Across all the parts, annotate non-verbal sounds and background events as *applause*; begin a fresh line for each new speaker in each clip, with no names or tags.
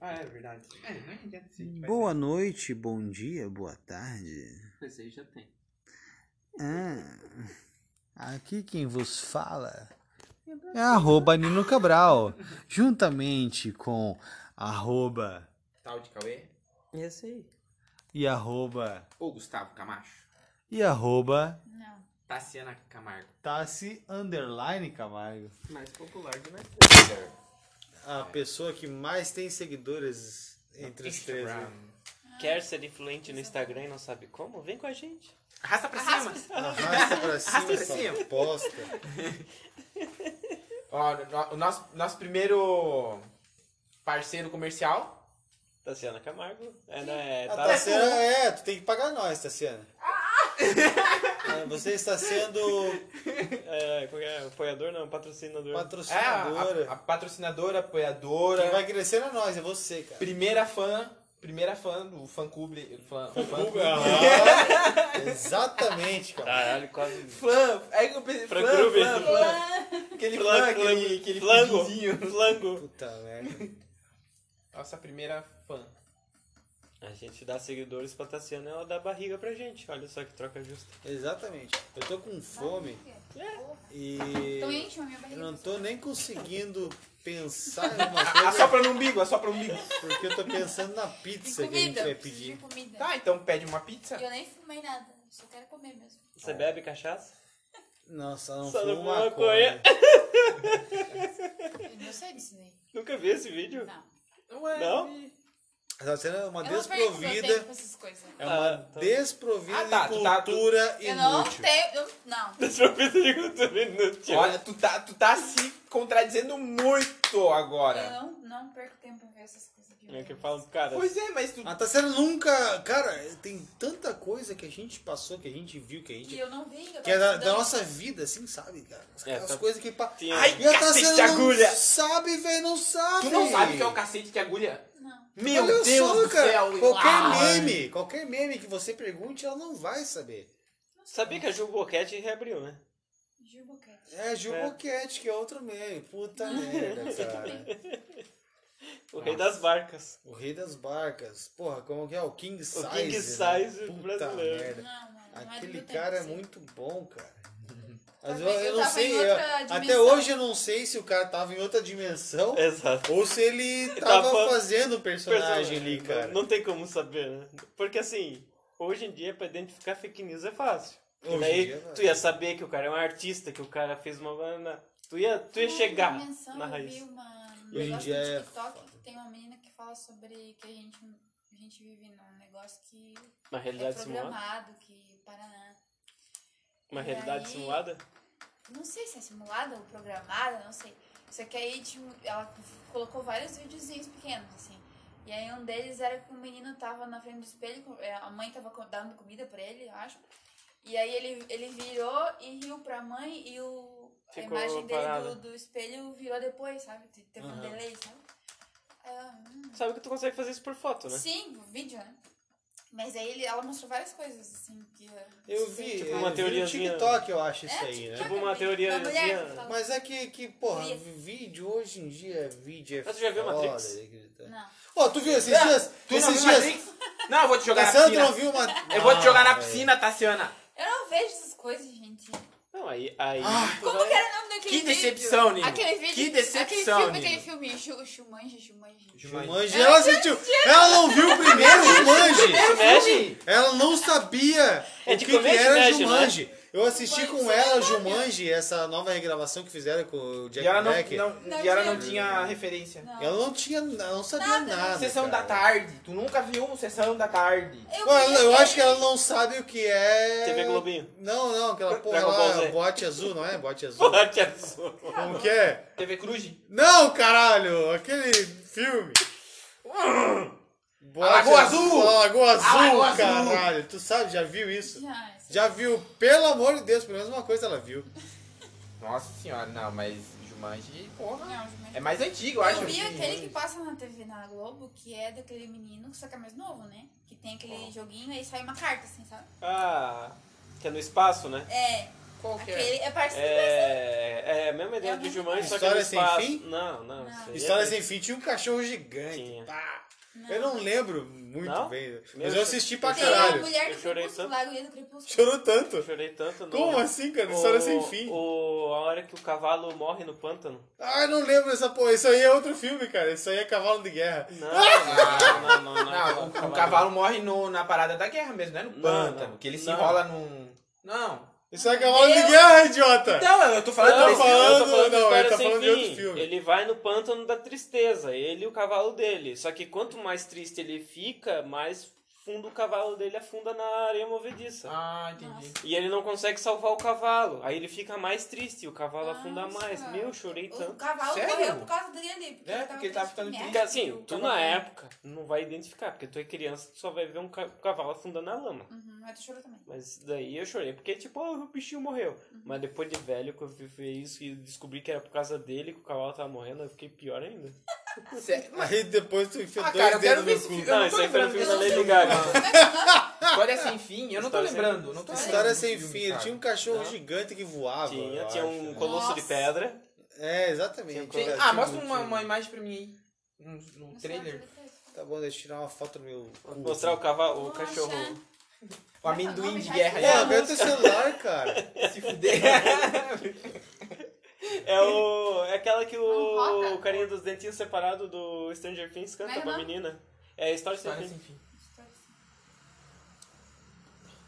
Ah, é verdade. É, não adianta se tiver-
Boa noite, bom dia, boa tarde.
Esse aí já tem.
Ah, aqui quem vos fala é arroba Nino Cabral, juntamente com arroba
é Tal de Cauê.
Esse aí.
e arroba
Ou Gustavo Camacho.
e arroba
Não.
Tassiana Camargo.
Tassi Underline Camargo.
Mais popular que vai ser.
A pessoa que mais tem seguidores entre os três.
Instagram.
né?
Quer ser influente no Instagram e não sabe como? Vem com a gente.
Arrasta pra cima.
Arrasta pra cima assim,
pra
essa
cima.
posta.
Ó, no- o nosso, nosso primeiro parceiro comercial.
Tassiana Camargo. É, né? É,
A
tá-
Tassiana, é, tu tem que pagar nós, Tassiana. É, Você está sendo
é, qual que é? apoiador não, patrocinador.
É, a, a-
patrocinadora.
a patrocinadora, apoiadora.
Quem vai crescer é nós, é você, cara.
Primeira fã. Primeira fã do fã clube. Fã, fã, clube.
Ah, *laughs* exatamente, cara.
Caralho, quase.
Fã. É que eu pensei.
Fã
fã,
clube.
fã, fã. Aquele fã,
Flan-
aquele, aquele
flango.
pudinzinho.
Flango.
Puta merda.
Nossa primeira fã.
A gente dá seguidores pra Tassiana e ela dá barriga pra gente. Olha só que troca justa.
Exatamente. Eu tô com fome e
Então enche a minha
eu
barriga.
não tô nem conseguindo pensar em uma
A-
coisa
Assopra Ah, no umbigo, assopra no umbigo.
porque eu tô pensando na
De
pizza que a gente
comida.
vai
preciso
pedir.
De comida.
Tá, então pede uma pizza.
E eu nem fumei nada. Só quero comer mesmo.
É.
Você bebe cachaça?
Nossa, não
Só
foi
não
uma
foi
coisa.
maconha.
Eu não sei disso daí.
Nunca vi esse vídeo.
Não.
Ué,
Não?
e-
Essa cena é uma
Eu não perco meu tempo
desprovida.
com essas coisas.
É uma
Ah, tá.
desprovida
Ah, tá,
de
tu tá- tu-
cultura
Eu não
inútil.
tenho. eu- Não.
Despropista de cultura inútil.
Olha, tu tá, tu tá se contradizendo muito
Eu
agora.
não, não perco tempo com essas coisas. de
É que
verdade.
um
falam, cara.
Pois é, mas tu.
A Tassiana Ah, tá nunca. Cara, tem tanta coisa que a gente passou, que a gente viu, que a gente
E eu não vi. Eu
Que é da,
tava
da
estudando.
nossa vida, assim, sabe, cara?
É,
As
tá-
coisas que. Pa...
Tinha-
Ai, tá um
E a
cacete
Tassiana
de
não
agulha!
sabe, velho, não sabe.
Tu não sabe o que é um cacete de agulha?
Não.
Meu
Olha
Deus
só,
do
cara.
céu!
Qualquer
Uau.
meme, qualquer meme que você pergunte, ela não vai saber.
Sabia que a Ju Boquete reabriu, né?
Gil Boquete.
É Gil
É.
Boquete, que é outro meme. Puta
*laughs*
merda, cara.
O rei das barcas.
O Rei das Barcas. Porra, como que é? O King Size.
King
né?
Size
Puta merda.
brasileiro.
Não, não, não é do
Aquele
meu tempo,
cara é
assim.
muito bom, cara. Mas
Talvez
eu,
eu
eu não
tava em
sei.
outra
eu- até
dimensão.
hoje eu não sei se o cara tava em outra
É.
dimensão.
Exato.
Ou se ele
Tava
tava
falando-
fazendo o personagem
Personagem,
ali,
não-
cara.
Não, tem como saber, né? Porque assim, hoje em dia pra identificar fake news é fácil. Porque
Hoje em
daí
dia,
tu ia saber que o cara é um artista, que o cara fez uma. uma- Tu ia, tu ia chegar
Uma menção,
na
eu vi
raiz.
uma- um
E hoje em
negócio
dia é
no TikTok que tem uma menina que fala sobre que a gente, a gente vive num negócio que
Uma
é
realidade simulada.
programado, que Paraná.
Uma
E
realidade
aí-
simulada?
Não sei se é simulada ou programada, não sei. Só que aí tipo, ela colocou vários videozinhos pequenos, assim. E aí um deles era que o menino tava na frente do espelho, com- é, a mãe tava co- dando comida pra ele, eu acho. E aí ele, ele virou e riu pra mãe e o, a
Ficou
imagem
parada.
dele do, do espelho virou depois, sabe? Te- Teve
Aham.
um delay, sabe? Aí eu, hum,
Sabe que tu consegue fazer isso por foto, né?
Sim, o vídeo, né? Mas aí ele, ela mostrou várias coisas, assim, que...
Eu vi,
Tipo
eu
uma
vi
teoriazinha.
no TikTok, eu acho
É,
isso aí,
TikTok
né?
Tipo uma
é bem-
teoriazinha.
uma mulher que fala-
Mas é que, que, porra,
Teoria.
vídeo hoje em dia, vídeo é
Mas tu já viu
foda,
Matrix?
né, querido?
Não.
Ó, tu viu esses dias?
Tu não
esses
viu Matrix? Não, eu vou te jogar na
Cassandra
piscina.
não viu uma...
Eu vou te jogar na
Ah,
piscina, Tassiana.
Eu não vejo essas coisas, gente.
Não, aí. aí
Ah,
tu
Como
vai-
que era o nome daquele
Que
vídeo?
decepção, Nino.
Aquele vídeo.
Que decepção,
Aquele filme,
Nino.
aquele filme. Ju- Jumanji, Jumanji.
Jumanji, ela assistiu. Ela não viu o primeiro Jumanji.
Mexe?
Ela não sabia
É
o
de
que, que
comer,
era
mexe,
Jumanji. Eu assisti
Jumanji,
com
você
ela
não sabe.
Jumanji, essa nova regravação que fizeram com o
E
Jack
ela não,
Black.
não-
Não,
e ela não
gente.
tinha referência.
Não.
Ela não tinha, ela não sabia nada.
Nada.
Sessão
cara.
da tarde. Tu nunca viu um Sessão da tarde.
Eu,
Pô,
vi
ela- eu
aquele-
acho que ela não sabe o que é.
TV Globinho. *laughs*
Não, não, aquela porra
Dragon Ball
lá,
Z.
bote azul, não é? Bote azul.
Porra, que absurdo.
Como que é?
TV Cruz.
Não, caralho! Aquele filme. Bote
Lagoa Azul!
A Lagoa Azul,
Lagoa Azul!
caralho! Tu sabe, já viu isso?
Já, essa-
Já viu, pelo amor de Deus, pelo menos uma coisa ela viu.
Nossa senhora, não, mas Jumanji, porra.
Não, Jumanji.
É mais antigo, eu acho.
Eu vi aquele que passa na TV na Globo, que é daquele menino, só que é mais novo, né? Que tem aquele joguinho e aí sai uma carta, assim, sabe?
Ah. Que é no espaço, né?
É.
Qual que é?
Aquele é parceiro.
É, é a mesma ideia
É
de
muito
Jumanji, só que no
História sem
espaço.
fim?
Não, não.
Não.
isso aí é
História
bem-
Sem Fim tinha um cachorro gigante.
Tinha.
Ah,
pá. Eu não lembro muito
Não?
bem.
Meu,
Mas eu assisti pra
né? Tem a
caralho.
mulher
Eu
do
chorei
crepúsculo,
tanto.
a guria do crepúsculo.
Chorou
Eu
tanto.
chorei tanto. no-
Como assim, cara?
o-
História Sem Fim.
O, a hora que o cavalo morre no pântano.
Ah, eu não lembro dessa porra. Isso aí é outro filme, cara. Isso aí é Cavalo de Guerra.
Não, não, não, não. não,
Não, o, o cavalo morre no- na parada da guerra mesmo, não é no
Não,
pântano,
não.
que ele se
Não.
enrola num... Não.
Isso aí é Cavalo
Meu
de Guerra, idiota.
Então, eu tô falando
Não,
tá
eu
desse...
tô falando
falando-
de
não,
História
ele tá
Sem
falando de
Fim.
outro filme.
Ele vai no pântano da tristeza, ele e o cavalo dele. Só que quanto mais triste ele fica, mais fundo o cavalo dele afunda na areia movediça.
Ah, entendi.
E ele não consegue salvar o cavalo. Aí ele fica mais triste, o cavalo afunda
Nossa.
mais. Meu, chorei
O
tanto.
cavalo
Sério?
morreu por causa dele. Porque
É,
ele tava Né?
porque ele tava ficando
merda.
Porque assim,
O
tu
cavalo-
na
é.
época não vai identificar, porque tu é criança, tu só vai ver um ca- cavalo afundando na lama.
Uhum, mas tu chorou também.
Mas daí eu chorei, porque tipo, oh, o bichinho morreu.
Uhum.
Mas depois de velho que eu vi vi isso e descobri que era por causa dele que o cavalo tava morrendo, eu fiquei pior ainda.
Cê-
Aí depois tu enfia
Ah,
dois
cara, eu quero
dedos
ver
no
esse
cu.
filme.
Não,
Eu não
isso
tô
aí foi no
lembrando.
filme
eu
da
não sei
Lady
o
Gaga.
nome. História sem fim, eu não tô
História sem-
lembrando. Não tô lembrando
História
do
sem
filme,
fim, ele
cara.
tinha um cachorro
Não.
gigante que voava.
Tinha,
eu
tinha
acho,
um
né?
colosso de
Nossa.
pedra.
É, exatamente.
Tinha um
Ah, mostra uma, uma imagem pra mim aí. Um, um
Nossa,
trailer.
eu tô-
Tá bom, deixa eu tirar uma foto do meu.
Vou
cu.
Mostrar o cavalo, o
Nossa.
cachorro.
O amendoim
nome
de
já
guerra.
é-
Pô,
já.
ganha teu celular, cara. *laughs*
*laughs* Se fuder.
É o. É aquela que
Não,
o,
roca.
o carinha dos dentinhos separado do Stranger Things canta
Como é
pra
o nome?
menina. É História Sem
História
Fim.
sem fim.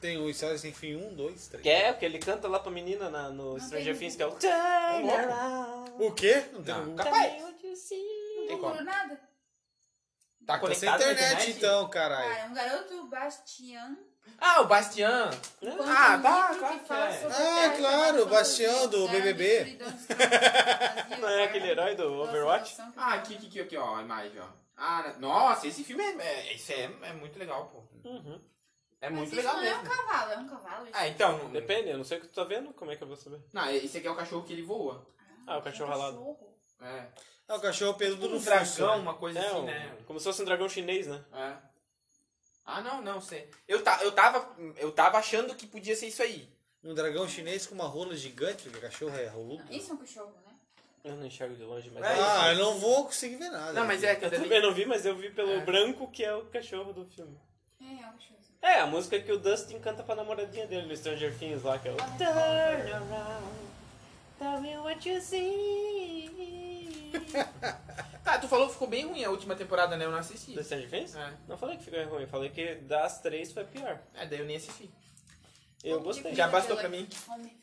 Tem o História Sem Fim 1, 2, 3.
Que é, porque ele canta lá pra menina na- no
Não
Stranger
tem
Things, que é o.
ninguém.
Turn
louco.
around.
O quê? Não tem
Não,
Google.
capaz.
Não
Tem
procuro
como.
nada.
Tá
Tá sem
conectado na
internet, então, caralho.
Cara, um garoto Bastian.
Ah, o Bastian.
conta
Ah,
um
tá,
livro
claro
que
que
fala
é.
Ah,
sobre a
claro,
transformação
Bastião do
vida,
BBB.
da escuridão dos caminhos vazios,
Não é
da
aquele herói do
nossa é um
Overwatch?
evolução que
Ah,
foi.
aqui, aqui, aqui, aqui, ó, a imagem, ó. Ah, na- nossa, esse filme é, é, isso é, é muito legal, pô.
Uhum.
É
Mas
muito
isso
legal
não é um
mesmo.
cavalo, é um cavalo. isso.
Ah, então.
Depende, eu não sei o que tu tá vendo, como é que eu vou saber?
Não, esse aqui é o cachorro que ele voa.
Ah, o
É um
cachorro ralado.
É.
É o cachorro peludo
Tudo
no
um
fracão.
dragão, uma coisa
É,
assim,
um-
né?
como se fosse um dragão chinês, né?
É. Ah, não, não, sei. Eu, ta, eu, tava, eu tava achando que podia ser isso aí.
Um dragão chinês com uma rola gigante, porque cachorro é roludo.
Isso é um cachorro, né?
Eu não enxergo de longe, mas.
É isso.
Ah, eu não vou conseguir ver nada. Tá
Não, mas é que
Eu também não vi, mas eu vi pelo branco que é o cachorro do filme.
É, é um cachorro. sim.
É, a música que o Dustin canta pra namoradinha dele no Stranger Things lá, que é o Turn around, tell me what you see.
Tá, tu falou que ficou bem ruim a última temporada, né? Eu não assisti.
Do Stranger Things?
É,
Não falei que ficou ruim, falei que das três foi a pior.
é daí eu nem assisti.
Eu
Bom,
gostei.
digo,
Já bastou
pelo-
pra mim.
fome.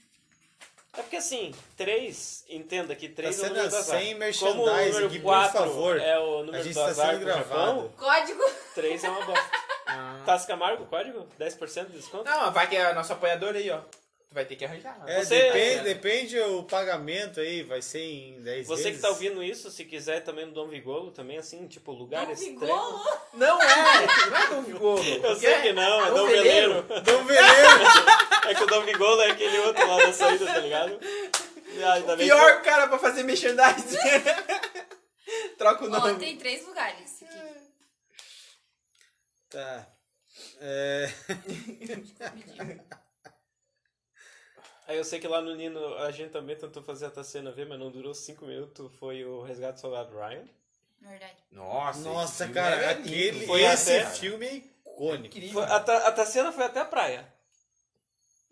É porque assim, três, entenda que três
Tá
é o número
sendo
do azar.
sem
Como o
merchandising, Gui,
número
por
4
favor.
é o
A
número
gente
do
tá
azar
sendo
pro Japão,
gravado.
Código.
três é uma bosta.
Ah.
Tasca Amargo, código? 10% de desconto?
Não, vai que é nosso apoiador aí, ó. Tu vai ter que arranjar.
É,
Você-
depende, depende o pagamento aí, vai ser em 10
Você que
vezes. *laughs*
tá ouvindo isso, se quiser também no Dom Vigolo, também assim, tipo, lugar estranho.
Vigolo?
Não é! Não é Dom Vigolo.
Eu sei que não, é
Dom
Dom
Veleiro.
Veleiro.
Dom
*laughs*
Veleiro!
É que o Dom Vigolo é aquele outro lá da saída, tá ligado? Ah, ainda bem
Pior cara pra fazer merchandising. *laughs* Troca o
Ó,
nome.
tem três lugares aqui.
tá. É,
É.
Pedido.
que- então, Aí eu sei que lá no Nino a gente também tentou fazer a Tassiana ver, mas não durou cinco minutos. Foi o Resgate do Soldado Ryan.
Verdade.
Nossa,
Nossa, cara,
é
aquele,
Foi
esse
até-
filme é icônico.
Foi- a, Ta- a Tassiana foi até a praia.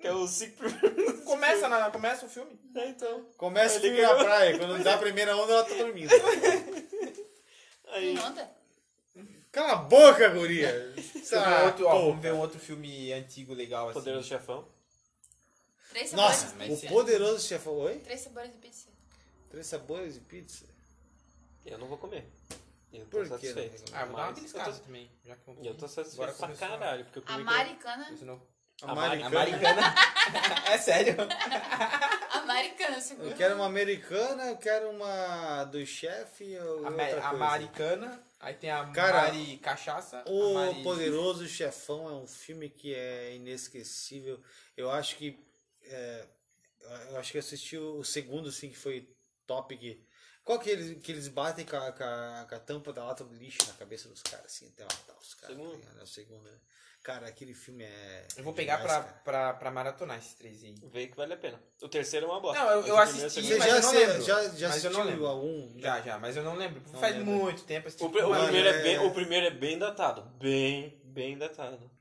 Que é o cinco primeiros. *laughs*
Começa, na, começa o filme.
É, então.
Começa o
Ele
filme na
ganhou.
praia, quando dá a primeira onda ela tá dormindo.
Aí,
Tem onda?
Cala a boca, guria!
Vamos ver outro- ó,
pô.
vamos ver um outro filme antigo legal assim.
Poderoso Chefão.
Três sabores.
Nossa,
mas
o
é.
sim.
poderoso chefão. Oi?
Três sabores de pizza.
Três sabores de pizza?
Eu não vou comer. Eu tô
Por quê?
satisfeito.
Ah, vou dar uma
Mas eu
beliscada
tô-
também. Já que eu,
E eu tô satisfeito
Agora
pra
começou a-
caralho, porque eu
A
comi...
maricana.
Isso não.
Americana.
A Maricana. *laughs* é sério.
A maricana, segura.
Eu quero uma americana, eu quero uma do chefe. ou
A,
outra
Ma- a
coisa.
Maricana. Aí tem a
Cara,
Mari Cachaça. a
O
Mari-
Poderoso Chefão é um filme que é inesquecível. Eu acho que. é, eu acho que assisti o segundo, assim, que foi top. Que Qual que eles, que eles batem com a, com, a, com a tampa da lata do lixo na cabeça dos caras, assim, até matar os caras.
Segundo.
tá ligado? É o segundo, né? Cara, aquele filme é.
Eu vou
é
pegar
demais,
pra,
cara.
pra, pra maratonar esses três aí.
Vê que vale a pena. O terceiro é uma bosta.
Não, eu-
mas
eu
o primeiro,
assisti,
o
Você
segundo-
mas
já,
eu não
se-
lembro.
já, já
Mas eu não
assistiu
lembro.
a um?
Já, já, mas eu não lembro.
Não
Faz
lembro.
muito tempo tipo assisti.
O, pri- o
Mano,
primeiro é
é-
bem, o primeiro é bem datado. Bem, bem datado.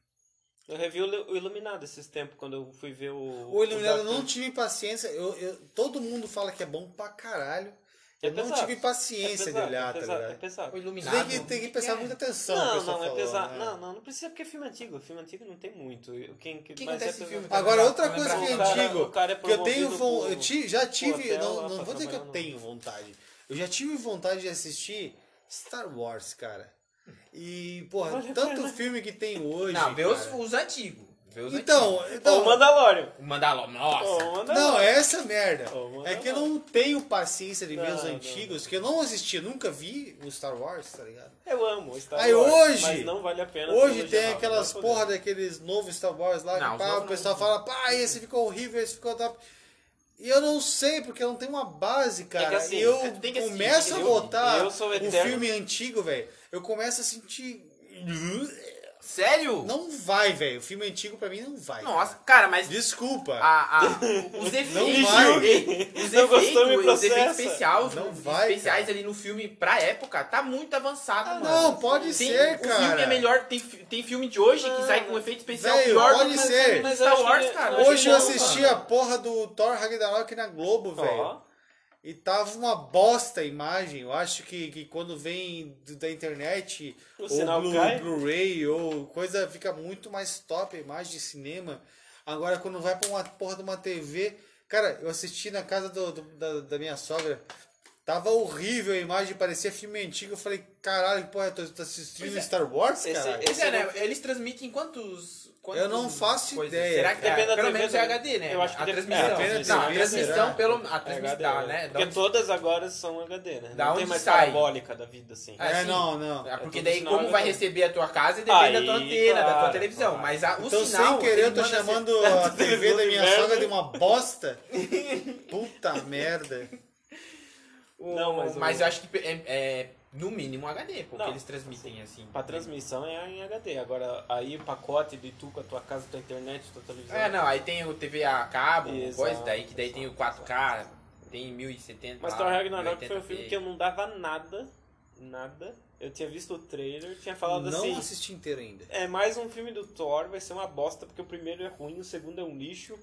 Eu revi o, Lu- o Iluminado esses tempos, quando eu fui ver o.
O Iluminado eu
Doctor.
não tive paciência. Eu, eu- todo mundo fala que é bom pra caralho.
É
Eu não
pesado.
tive paciência
é
de
pesado,
olhar,
é
tá
pesado, É
ligado?
pesado.
O
Você
Iluminado.
tem que, tem que
O
prestar
é?
muita atenção. no que a
Não,
pessoa
não, é
falou,
pesado.
né?
Não, não, não precisa porque é filme antigo. Filme antigo não tem muito. O Quem, que,
que
mas
acontece
é
nesse filme?
pesado.
Agora,
Tá
outra
pra
coisa que
lembrar. O
é
cara-
o
antigo,
cara é
que eu tenho
promovido
von-
pro-
eu ti- já tive,
hotel lá
não, não
pra
vou dizer que eu
trabalhar no-
tenho vontade. Eu já tive vontade de assistir Star Wars, cara. E, porra,
Vale a
tanto
pena.
filme que tem hoje.
Não, né, vê os,
cara.
os antigos. Vê os antigos.
Então, então
Ô, Mandalorian.
O Mandalor, nossa.
Ô, Mandalorian.
não, é essa merda.
Ô, mano,
É que eu não tenho paciência de ver
Não,
os
não,
antigos, que eu não assisti, eu nunca vi o Star Wars, tá ligado?
Eu amo Star
Aí
Wars,
hoje-
mas não vale a pena.
Hoje
pelo
tem
geral,
aquelas
vai
porra
poder.
daqueles novos Star Wars lá
Não,
que
os
pá,
novos
o pessoal
não.
fala, pá, esse ficou horrível, esse ficou top. E eu não sei, porque eu não tenho uma base, cara.
assim,
e eu
é, tu tem que assistir,
começo a
entendeu?
botar
Eu sou
um
eterno.
filme antigo, velho. Eu começo a sentir.
Sério?
Não vai, velho. O filme antigo pra mim não vai.
Nossa,
cara.
cara, mas. Ah,
Desculpa.
a- a- os efeitos,
vai.
os efeitos,
Não gostou, me
os efeitos
processa.
especiais,
Não
os
vai,
especiais
cara.
ali no filme pra época, tá muito avançado,
Ah,
mano.
não, pode
Tem-
ser,
O
cara. Ah,
filme é melhor, tem, fi- tem filme de hoje que
Não,
sai com
não.
efeito especial
Velho,
pior
pode
do que
ser.
Mas
eu
Star
acho
Wars,
que-
cara.
acho
Hoje eu
não,
assisti a porra do Thor Ragnarok na Globo, velho.
Ó,
E tava uma bosta a imagem. Eu acho que, que quando vem do- da internet,
O
ou
sinal
Blu-
cai.
Blu-ray, ou coisa, fica muito mais top a imagem de cinema. Agora, quando vai pra uma porra de uma TV. Cara, eu assisti na casa do- do- da, da minha sogra. Tava horrível a imagem, parecia filme antigo. Eu falei, caralho, que porra, tu tá assistindo
Pois é.
Star Wars,
Esse-
cara?
Pois é, né? Eles transmitem quantos. quantos
Eu não faço ideia,
Será que
cara.
depende
Depende da
pelo
TV
menos é
também.
HD, né?
Eu acho que
a
depende-
transmissão.
é, depende da
não, a
TV,
transmissão
será?
pelo. A
HD,
transmissão, né?
é. Porque
Dá um-
todas agora são HD, né?
Da
não
onde
tem mais
sai?
parabólica da vida, assim.
É,
É,
assim,
não, não.
Ah, porque
É tudo
daí
sinal,
como
né,
vai
também.
receber a tua casa depende da tua
Aí,
antena, da tua
claro,
televisão.
claro.
Mas a, o
Então,
sinal...
sem querer, eu
ele
tô
manda assim,
chamando
ser-
a TV da minha
Universo.
sogra de uma bosta. Puta merda.
o-
Não, mas o-
eu acho que é, é, no mínimo HD, porque
Não,
eles transmitem assim.
Pra transmissão é em HD. Agora, aí o pacote de tu com a tua casa, tua internet, tua televisão.
É, não, aí tem o TV a cabo,
Exato,
coisa, daí que daí tem o
exato,
4K, tem 1070.
Mas
lá,
Thor Ragnarok foi um
1080p.
filme que eu não dava nada. Nada. Eu tinha visto o trailer, tinha falado
não
assim.
assisti inteiro ainda.
É mais um filme do Thor, vai ser uma bosta, porque o primeiro é ruim, o segundo é um lixo.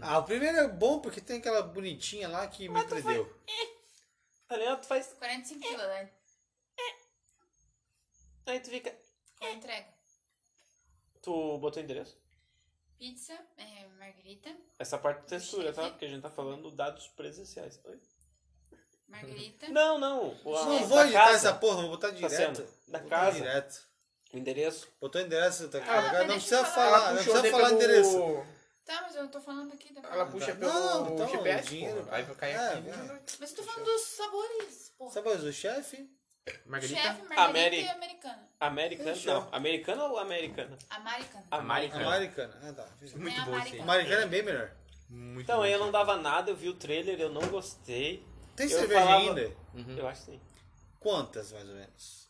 Ah, o primeiro é bom porque tem aquela bonitinha lá que me prendeu.
Tá ligado? Tu faz.
45 quilos, né?
Aí tu fica.
Com entrega.
Tu botou o endereço?
Pizza, é, margarita,
Essa parte de censura, tá? Porque a gente tá falando dados presenciais. Oi? *laughs*
margarita.
Não, não. O, a-
É. não
da
vou editar
casa.
essa porra, vou botar
Tá sendo?
direto.
Da
Botou
casa.
Direto.
O endereço.
Botou o endereço, tá
Ah,
cara.
mas
Não
deixa eu
precisa
falar.
falar,
Ela
não
puxou
precisa
daí
falar
pelo-
endereço.
Tá, mas eu tô falando aqui da
Ela puxa
Não,
pelo
então,
GPS,
dinheiro,
pô, aí vai cair
é,
aqui.
vai.
tá. né?
Mas eu tô falando dos sabores, porra.
Sabe o chefe?
Margarita? é
Chefe, margarita
Ameri-
e americana.
Americana?
Fechou.
Não. Americana ou americana?
Americana.
Ah.
Americana.
Americana.
Americana. Ah, tá.
Tem a
bom isso aí.
americana.
Americana é bem melhor.
Muito
Então,
bom.
aí eu não dava nada, eu vi o trailer, eu não gostei.
Tem
Eu
cerveja
falava-
ainda?
Uhum.
Eu acho assim. que sim.
Quantas, mais ou menos?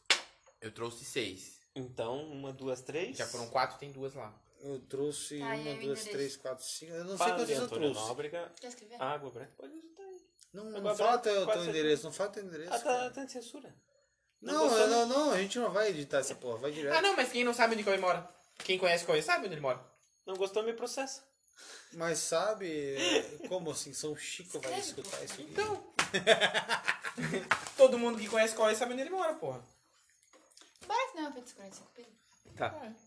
Eu trouxe seis.
Então, uma, duas, três.
Já foram quatro, tem duas lá.
Eu trouxe
Tá, e aí
uma,
o
duas,
endereço?
três, quatro, cinco. Eu não sei
Fala, né?
quantas eu
Antônio
trouxe.
Nóbrega.
Quer escrever?
Água branca. Pode usar é, tá aí.
Não,
Agora,
não fala teu,
quatro
teu
cervejas.
endereço, não fala teu endereço.
Ah, tá,
cara.
tá de censura.
Não,
gostou,
não,
né?
não, a gente não vai editar essa porra, vai direto.
Ah, não, mas quem não sabe onde que ele mora? Quem conhece, conhece, sabe onde ele mora.
Não gostou, me processa.
Mas sabe eh, como assim? São Chico vai
Escreve,
escutar isso aqui.
Então. Todo mundo que conhece, conhece, sabe onde ele mora, porra.
Bora que não é uma pizza 45 quilos.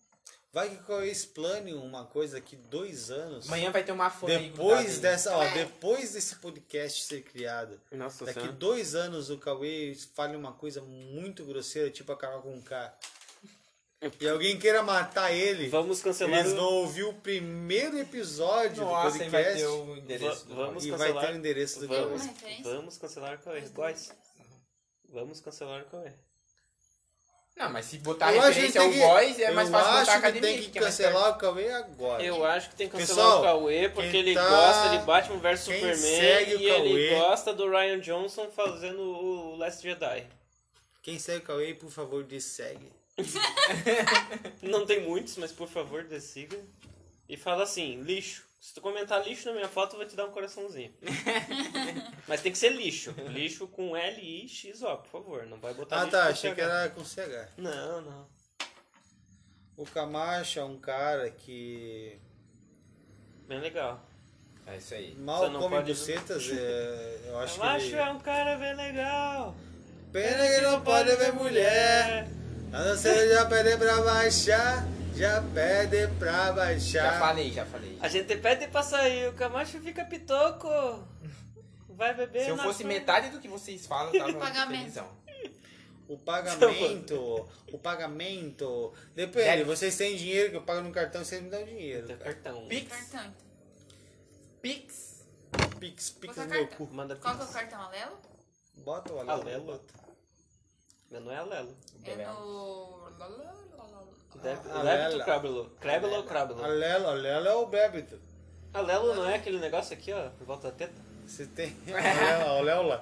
Vai que eu explane uma coisa aqui dois anos.
Amanhã vai ter uma fome aí grudada
Depois
aí.
dessa, ó, depois desse podcast ser criado,
Nossa
daqui dois anos o Cauê fale uma coisa muito grosseira, tipo a Carol com K. E alguém queira matar ele,
Vamos cancelar
eles
o...
vão ouvir o primeiro episódio
Nossa,
do
aí vai
podcast
ter o endereço.
Va- vamos
e vai
cancelar.
ter o endereço do
Vamos.
Cauê.
Uma referência?
Vamos cancelar o Cauê.
Os
Boys,
dois.
vamos cancelar o Cauê.
Não, Ah, mas se botar
Eu acho que
referência ao
tem que-
Boys, é mais
eu
fácil
acho
botar a
que
academia.
tem que
porque é mais
cancelar o Cauê agora.
Eu acho que tem que cancelar
Pessoal,
o Cauê, porque
quem
ele
tá-
gosta de Batman vs
quem
Superman
segue o
e ele
Cauê-
gosta do Ryan Johnson fazendo o Last Jedi.
Quem segue o Cauê, por favor, dessegue.
Não tem muitos, mas por favor, desiga. E fala assim, lixo. Se tu comentar lixo na minha foto, eu vou te dar um coraçãozinho. mas tem que ser lixo. Lixo com L-I-X-O, por favor. Não vai botar
Ah
lixo
tá,
com
achei
CH.
que era com CH.
Não, não.
O Camacho é um cara que
Bem legal.
perto. É isso aí.
mal
Você não
come
pode-
bucetas, é, eu acho
o macho
que ele...
é um cara bem legal.
Pena que não pode ver mulher, a não ser já pede pra baixar, já pede pra baixar.
Já falei, já falei.
A gente pede pra sair, o Camacho fica pitoco. Vai beber
Se eu
na
fosse
sua-
metade do que vocês falam, eu tava
um *laughs* Pagamento.
felizão.
O pagamento, o pagamento, depende,
Sério?
vocês têm dinheiro que eu pago no cartão, vocês me dão dinheiro,
Teu
cara.
cartão.
Pix,
Cartão, então.
Pix.
Então.
Pix, pix
Bota
no meu
cartão.
cu.
Manda
Qual que é o
pix.
cartão amarelo?
Bota o
Alelo.
alelo.
Meu não é alelo.
É
Beleza.
no. Lalalala.
Débito
alelo.
ou crabelo? Crabelo ou crabelo?
Alelo, alelo é o bébito.
Alelo não é aquele negócio aqui, ó, por volta da teta?
Você tem
*laughs*
alelo, alelo.
Olha,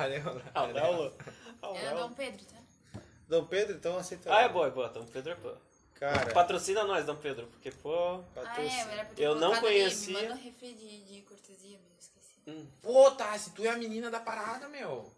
olha, olha.
Ah,
Alelo?
É
*laughs*
Dom
Alelo.
Pedro, tá?
Dom Pedro, então aceita.
Ah, é boa, é boa. Dom Pedro é boa.
Cara,
Patrocina nós, Dom Pedro, porque, pô...
Ah, é,
patrocínio.
era pra ter
Eu não
colocado ali,
conhecia.
Me manda um refri de, de cortesia, mas eu esqueci.
hum,
Pô, Tassi, tu é a menina da parada, meu.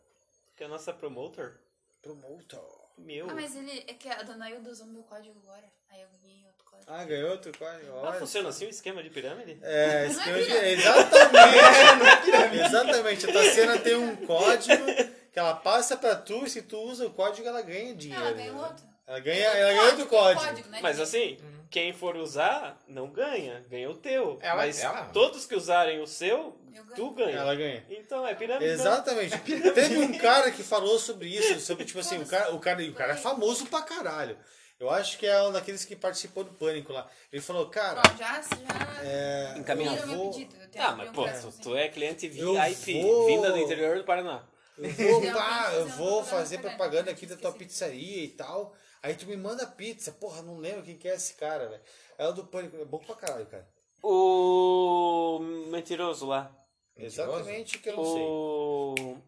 que a nossa promotor...
Promotor.
Meu...
Ah, mas ele. É que a dona Hilda usou meu código agora. Aí eu ganhei outro código.
Ah, ganhou outro quase.
Ah,
Olha.
funciona assim o esquema de pirâmide?
É,
Não é
esquema de-
pirâmide.
*laughs* é
exatamente. exatamente. A Tassiana tem um código que ela passa pra tu e se tu usa o código ela ganha dinheiro. né?
Não, ela ganhou outro.
Ela ganha, ela ganha É, outro código.
né?
Mas assim, quem for usar, não ganha. Ganha o teu.
Ela-
mas
ela-
todos que usarem o seu,
Eu ganho.
tu
é
ganha.
Ela ganha.
Então é pirâmide.
Exatamente. Teve um cara que falou sobre isso, sobre tipo assim, o cara, o cara, e o cara é famoso pra caralho. Eu acho que é um daqueles que participou do pânico lá. Ele falou, cara,
Ó, já, já.
é,
Encaminhado.
eu
Viram meu
vou-
pedido. Eu tenho
Tá,
que
mas
abrir um
pô,
braço,
tu,
assim.
tu é cliente VIP,
Eu vou-
vinda do interior do Paraná.
*laughs*
Eu vou,
Tem
pá,
alguém
eu
fazendo
vou
propaganda
fazer
na internet,
propaganda
né?
aqui da tua
Esqueci.
pizzaria e tal. Aí tu me manda pizza. Porra, não lembro quem que é esse cara, velho. É o do Pânico. É bom pra caralho, cara.
O mentiroso lá.
Mentiroso?
Exatamente que eu não sei.
O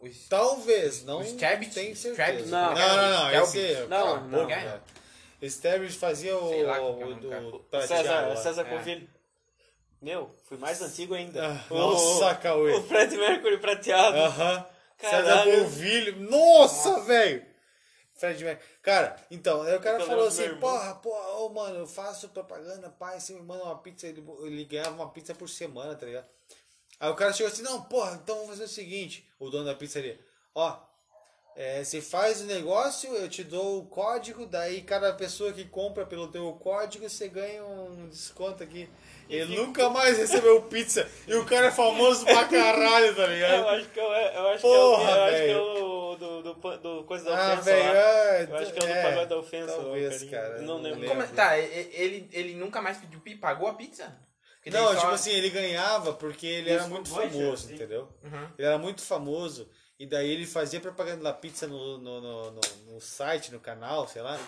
Os-
Talvez, não
Os Trabbit?
tenho certeza.
Trabbit?
Não.
não, não, não,
Trabbit?
esse... é
Não,
cala a
não,
boca,
não.
velho. Esse Trabbit fazia o...
Sei lá como é o
o
nome do cara.
do...
César,
Tatiana.
César
É.
Coville. Meu, fui mais antigo ainda.
Ah,
O-
Nossa, Ah. Cauê.
O Fred Mercury prateado.
Aham. César
é Caralho.
Bonvilho. Nossa, velho! Fred Mercury. Cara, então, aí o cara
Eu
falou
lembro do meu
assim,
irmão.
porra, porra, ô, mano, eu faço propaganda, pai, você me manda uma pizza, ele, ele ganhava uma pizza por semana, tá ligado? Aí o cara chegou assim, não, porra, então vamos fazer o seguinte, o dono da pizzaria, ó, é, você faz o negócio, eu te dou o código, daí cada pessoa que compra pelo teu código, você ganha um desconto aqui. Ele nunca mais recebeu pizza. E o cara é famoso
*laughs*
pra caralho, tá ligado?
Eu acho que eu, eu acho
Porra,
que é eu, eu acho que
velho.
eu, do, do, pan- do coisa da
Ah,
ofensa
velho,
lá.
é,
Eu acho que é o do pagode da ofensa.
talvez,
o
cara,
Não
não
lembro.
Como é-
né?
tá, e- e- ele, ele nunca mais pediu pi, pagou a pizza? Porque daí
Não,
só-
tipo assim, ele ganhava porque ele
Isso
era muito
foi bom,
famoso,
gente.
entendeu?
Uhum.
Ele era muito famoso e daí ele fazia propaganda da pizza no, no, no, no- no site, no canal, sei lá.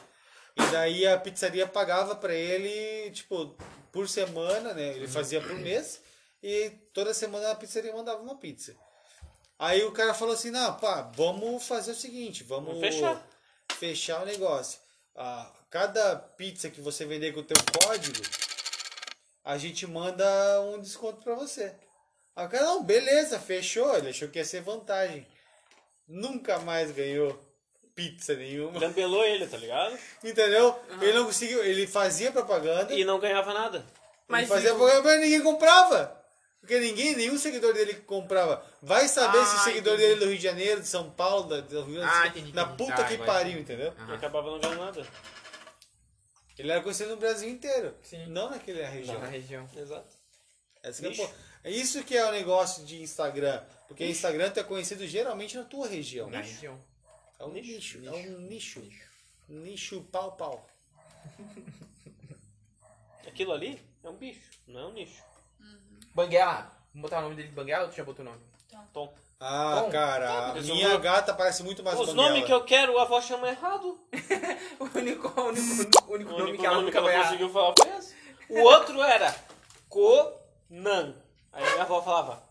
E daí a pizzaria pagava pra ele, tipo, por semana, né? Ele fazia por mês e toda semana a pizzaria mandava uma pizza. Aí o cara falou assim, não, pá, vamos fazer o seguinte, vamos
Vamos fechar.
fechar o negócio. Ah, cada pizza que você vender com o teu código, a gente manda um desconto pra você. Aí o cara, não, beleza, fechou. Ele achou que ia ser vantagem. Nunca mais ganhou pizza nenhuma. *laughs*
Gambelou ele, tá ligado?
Entendeu? Ele não conseguiu, ele fazia propaganda,
E não ganhava nada.
ele
Mas
fazia
e o-
propaganda, mas ninguém comprava. Porque ninguém, nenhum seguidor dele comprava. Vai saber se o
Ah,
seguidor
entendi.
dele é do Rio de Janeiro, de São Paulo, da, do Rio Grande
Ah,
do Sul,
entendi,
na
entendi.
puta
Tá,
que
agora
pariu, entendeu?
E
Aham.
acabava não ganhando nada.
Ele era conhecido no Brasil inteiro,
Sim.
não naquela região.
Na região.
Exato.
Essa que é,
Nicho.
pô, é isso que é o negócio de Instagram. Porque Instagram tu é conhecido geralmente na tua região.
Na região.
É um nicho, é um nicho. Nicho pau pau.
Aquilo ali é um bicho, não é um nicho.
Banguela. Vamos botar o nome *laughs* dele de Banguela ou tu já botou o nome?
Tom.
Ah,
Bom,
cara, a
mas eu
minha
vou-
gata parece muito mais
Então, Os
com
nomes
ela.
que eu quero, a avó chama errado.
O único, o
*laughs*
único, o único
O
nome
único
que ela
nome que
nunca
ela
vai errar.
conseguiu falar foi esse. O outro era Conan. Aí minha avó falava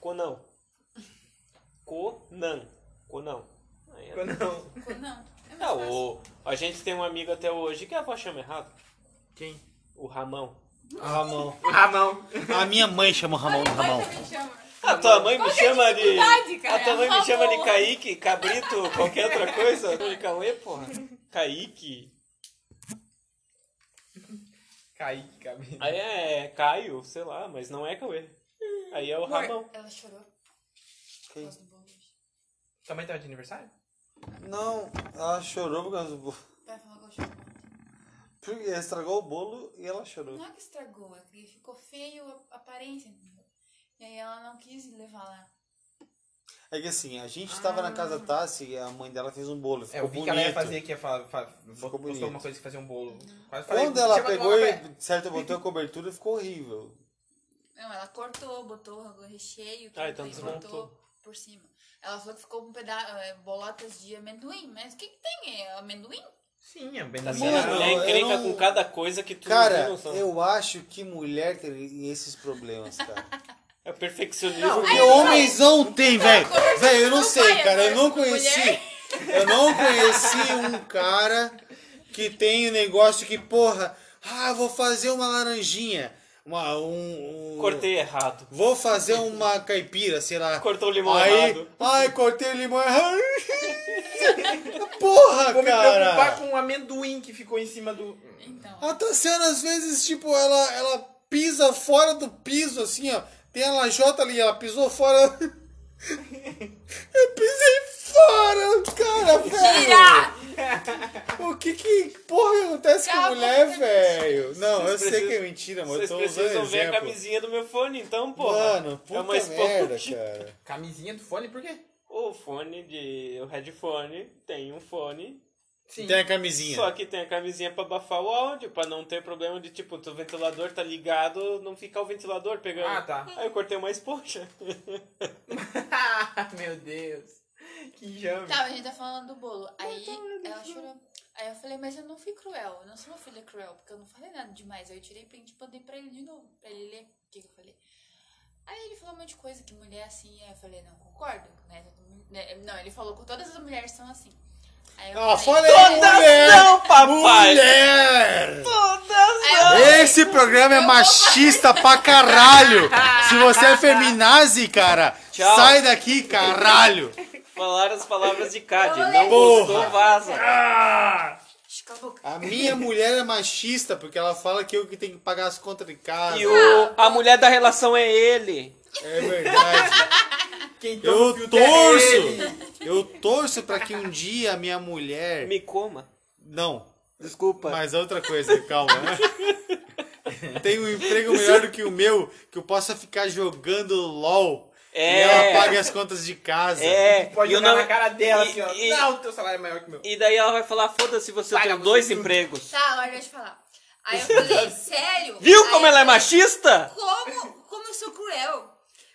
Conan. Conan. Conan. Aí era-
*laughs* Não.
Não. É
Ah,
mais fácil.
o, a gente tem um amigo até hoje que a avó chama errado.
Quem?
O Ramão.
Ramão.
O Ramão.
A minha mãe chama o Ramão de
Olha,
Ramão.
mãe também chama.
A Ah, tua mãe me
Qual que é a
chama de.
dificuldade, cara?
A Ah, tua mãe me
Ramon.
chama de Kaique, Cabrito, qualquer outra coisa. De Cauê, porra. Kaique.
Kaique, cabelo.
Aí é Caio, sei lá, mas não é Cauê. Aí é o
Amor.
Ramão.
Ela chorou. Por causa do bolo.
Tua mãe tava de aniversário?
Não, ela chorou por causa do bolo.
Ela falou que eu chorou.
Porque estragou o bolo e ela chorou.
Não é que estragou, é que ficou feio a a aparência, entendeu? E aí ela não quis levar lá.
É que assim, a gente tava na casa da Tassi e a mãe dela fez um bolo.
É,
Ficou
eu vi que ela ia fazer, que ia fa- fa- postou
bonito.
uma coisa que fazia um bolo. Quase falei,
Quando ela
chama
pegou
tomar café.
e, de certo, botou a cobertura, ficou horrível.
Não, ela cortou, botou o recheio, tudo
Ah, então
e
desmontou.
botou por cima. Ela falou que ficou com peda é, bolotas de amendoim, mas o que, que tem? É amendoim?
Sim, é bem
Tá
da
sendo
Mano,
mulher encrenca
eu não-
com cada coisa que tu
Cara,
não tem noção.
eu acho que mulher tem esses problemas, cara.
É perfeccionismo.
Porque homens não tem, velho. Velho, eu não sei,
vai,
cara. Eu não
agora, como
conheci.
mulher.
Eu não conheci um cara que tem um negócio que, porra, ah, vou fazer uma laranjinha. Uma, um, um-
Cortei errado.
Vou fazer uma caipira, sei lá.
Cortou o limão
aí,
errado.
Ai, cortei o limão errado. *laughs* Porra,
Vou me preocupar
cara.
com o amendoim que ficou em cima do.
Então,
A Tassiana, às vezes, tipo, ela, ela pisa fora do piso, assim, ó. Tem a lajota ali, ela pisou fora. *laughs* Eu pisei fora,
*laughs*
cara, velho.
tira!
O que que porra acontece com
Calma,
mulher,
você-
velho? Não, eu sei
Vocês
que é
precisam-
mentira, mas eu
Vocês
tô usando
precisam ver a
exemplo.
camisinha do meu fone, então, porra.
Mano,
é uma
puta merda,
esponja.
cara.
Camisinha do fone, por quê?
O fone de. O headphone tem um fone.
Sim.
Tem a camisinha.
Só que tem a camisinha pra abafar o áudio, pra não ter problema de tipo, o ventilador tá ligado, não ficar o ventilador pegando.
Ah, tá.
Aí eu cortei uma *laughs* esponja. tá.
*laughs* Meu Deus. Que jame.
Tá, mas a gente tá falando do bolo. Aí ela chorou. Aí eu falei, mas eu não fui cruel, eu não sou uma filha cruel, porque eu não falei nada demais. Aí eu tirei print e mandei pra ele de novo, pra ele ler o que, que eu falei. Aí ele falou um monte de coisa que mulher assim é. Eu falei, não, concordo, né? todo mundo- né, Não, ele falou que todas as mulheres são assim. Aí eu
Ah,
falei,
falei, mulher!
não, papai!
Mulher!
Aí eu falei,
Esse programa é machista pra caralho! Se você é feminazi, cara,
Tchau.
sai daqui, caralho!
Falaram as palavras de Cade.
Olha
Não
aí.
gostou,
Ah.
vaza.
"Shh, cala a boca."
A minha mulher é machista porque ela fala que eu que tenho que pagar as contas de casa.
E o, a mulher da relação é ele.
É verdade.
Quem toma o
Eu
filtro é ele.
torço! Eu torço pra que um dia a minha mulher.
Me coma.
Não,
Desculpa.
mas outra coisa, calma. né? Tem um emprego melhor do que o meu, que eu possa ficar jogando LOL e
É.
ela pague as contas de casa.
É,
Pode
e eu
olhar
não-
na cara dela
e-
assim, ó.
e-
Não, teu salário é maior que o meu.
E daí ela vai falar, foda-se, você
Paga
tem
você
dois
tudo.
empregos.
Tá, mas deixa eu falar. Aí eu
*laughs*
falei, sério?
Viu
Aí
como
eu
ela é
falei,
machista?
Como, como eu sou cruel?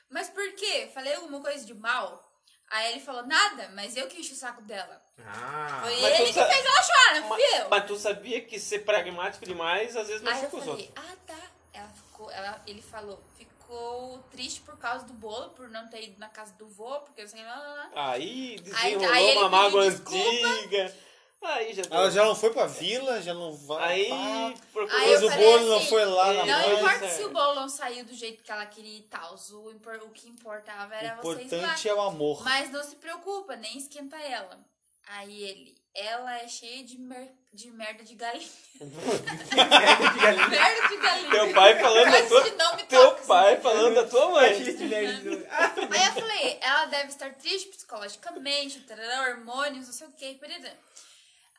Mas por quê? Falei alguma coisa de mal? Aí ele falou, nada, mas eu que enchi o saco dela.
Ah. *laughs*
Foi
mas
ele que
tu sa-
fez ela chorar, não fui eu.
Mas tu sabia que ser pragmático demais às vezes
Aí eu
machuca os outros.
falei, ah tá. Ela ficou, ela, ele falou, ficou triste por causa do bolo, por não ter ido na casa do vô, porque eu sei lá, lá, lá.
Aí
Aí-
desenrolou
aí ele
uma mágoa
pediu desculpa.
antiga. Aí já deu.
Ela já não foi pra vila, já não vai.
Aí
pá.
procurou.
Aí eu
Mas o
falei
bolo não
assim,
foi lá na
não,
Não
mas
mãe.
importa
é-
se o bolo não saiu do jeito que ela queria e tal. O, impor- o que importava
O
era vocês lá.
importante é o amor.
Mas não se preocupa, nem esquenta ela. Aí ele, ela é cheia de, mer- de merda de galinha.
Merda de galinha.
merda de galinha.
Teu pai falando da
Coisas
tua.
que não me
Teu
tocam,
pai
sabe?
falando da tua mãe.
Filha de merda. Ah,
Aí eu falei, ela deve estar triste psicologicamente, tarará, hormônios, não sei o que,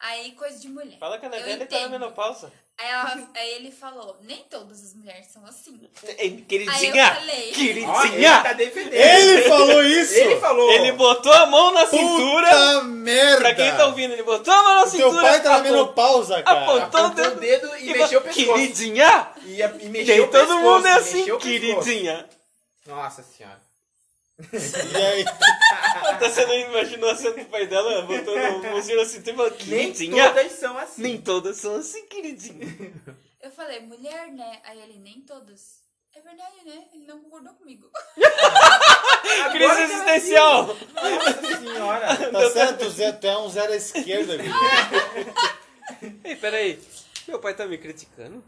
Aí, coisa de mulher.
Fala que a
Eu
Anabelle tá na
entendo.
menopausa.
Aí, ela- aí ele falou, nem todas as mulheres são assim. Aí eu
Queridinha!
falei,
ó, ele
Queridinha!
tá defendendo.
Ele falou isso!
Ele falou.
Ele botou a mão na cintura.
Puta merda!
Pra quem tá ouvindo, ele botou a mão na
O teu
cintura.
pai tá na
apontou-
menopausa, cara.
apontou
Apontou Tá o dedo e mexeu o pescoço.
Queridinha?
E, e mexeu
Nem
o
todo
pescoço,
mundo é
mexeu
assim,
o pescoço.
queridinha.
Nossa senhora.
E
*laughs*
aí,
Ela tá sendo, imaginou a cena do pai dela, botou no mãozinho assim, tem uma
Nem
queridinha.
todas são assim.
Nem todas são assim, queridinha.
Eu falei, mulher, né? Aí ele, nem todas. É verdade, né? Ele não concordou comigo.
Agora que
Crise
ela
existencial!
Nossa senhora.
tá certo, Zé, tu é um zero à
*laughs*
esquerda, amigo.
Ei, peraí. Meu pai tá me criticando?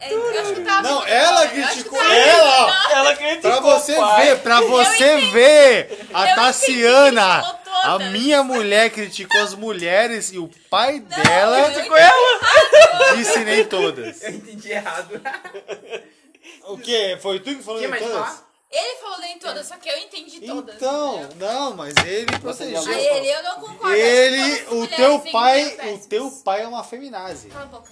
É, eu acho que eu tava
Não,
me
ela
criticando, eu acho que tá
criticou.
eu tava-
Ela!
Ela criticou
Pra você
o pai.
ver, pra você ver!
Eu
A
entendi,
Tassiana,
falou
a
todas.
minha mulher criticou as mulheres e o pai
eu
dela
entendi Ah, errado.
disse nem
*laughs*
todas.
Eu entendi errado.
O quê? Foi tu que falou
Quem
nem
mais
todas?
falar?
Ele falou nem todas, só que eu entendi todas.
Então,
entendeu?
não, mas ele protegeu.
Aí ele, eu não concordo. acho que
Ele,
todas as
o
mulheres
teu
têm
pai,
mulheres
o teu
péssimas.
pai é uma feminazi.
Cala a boca.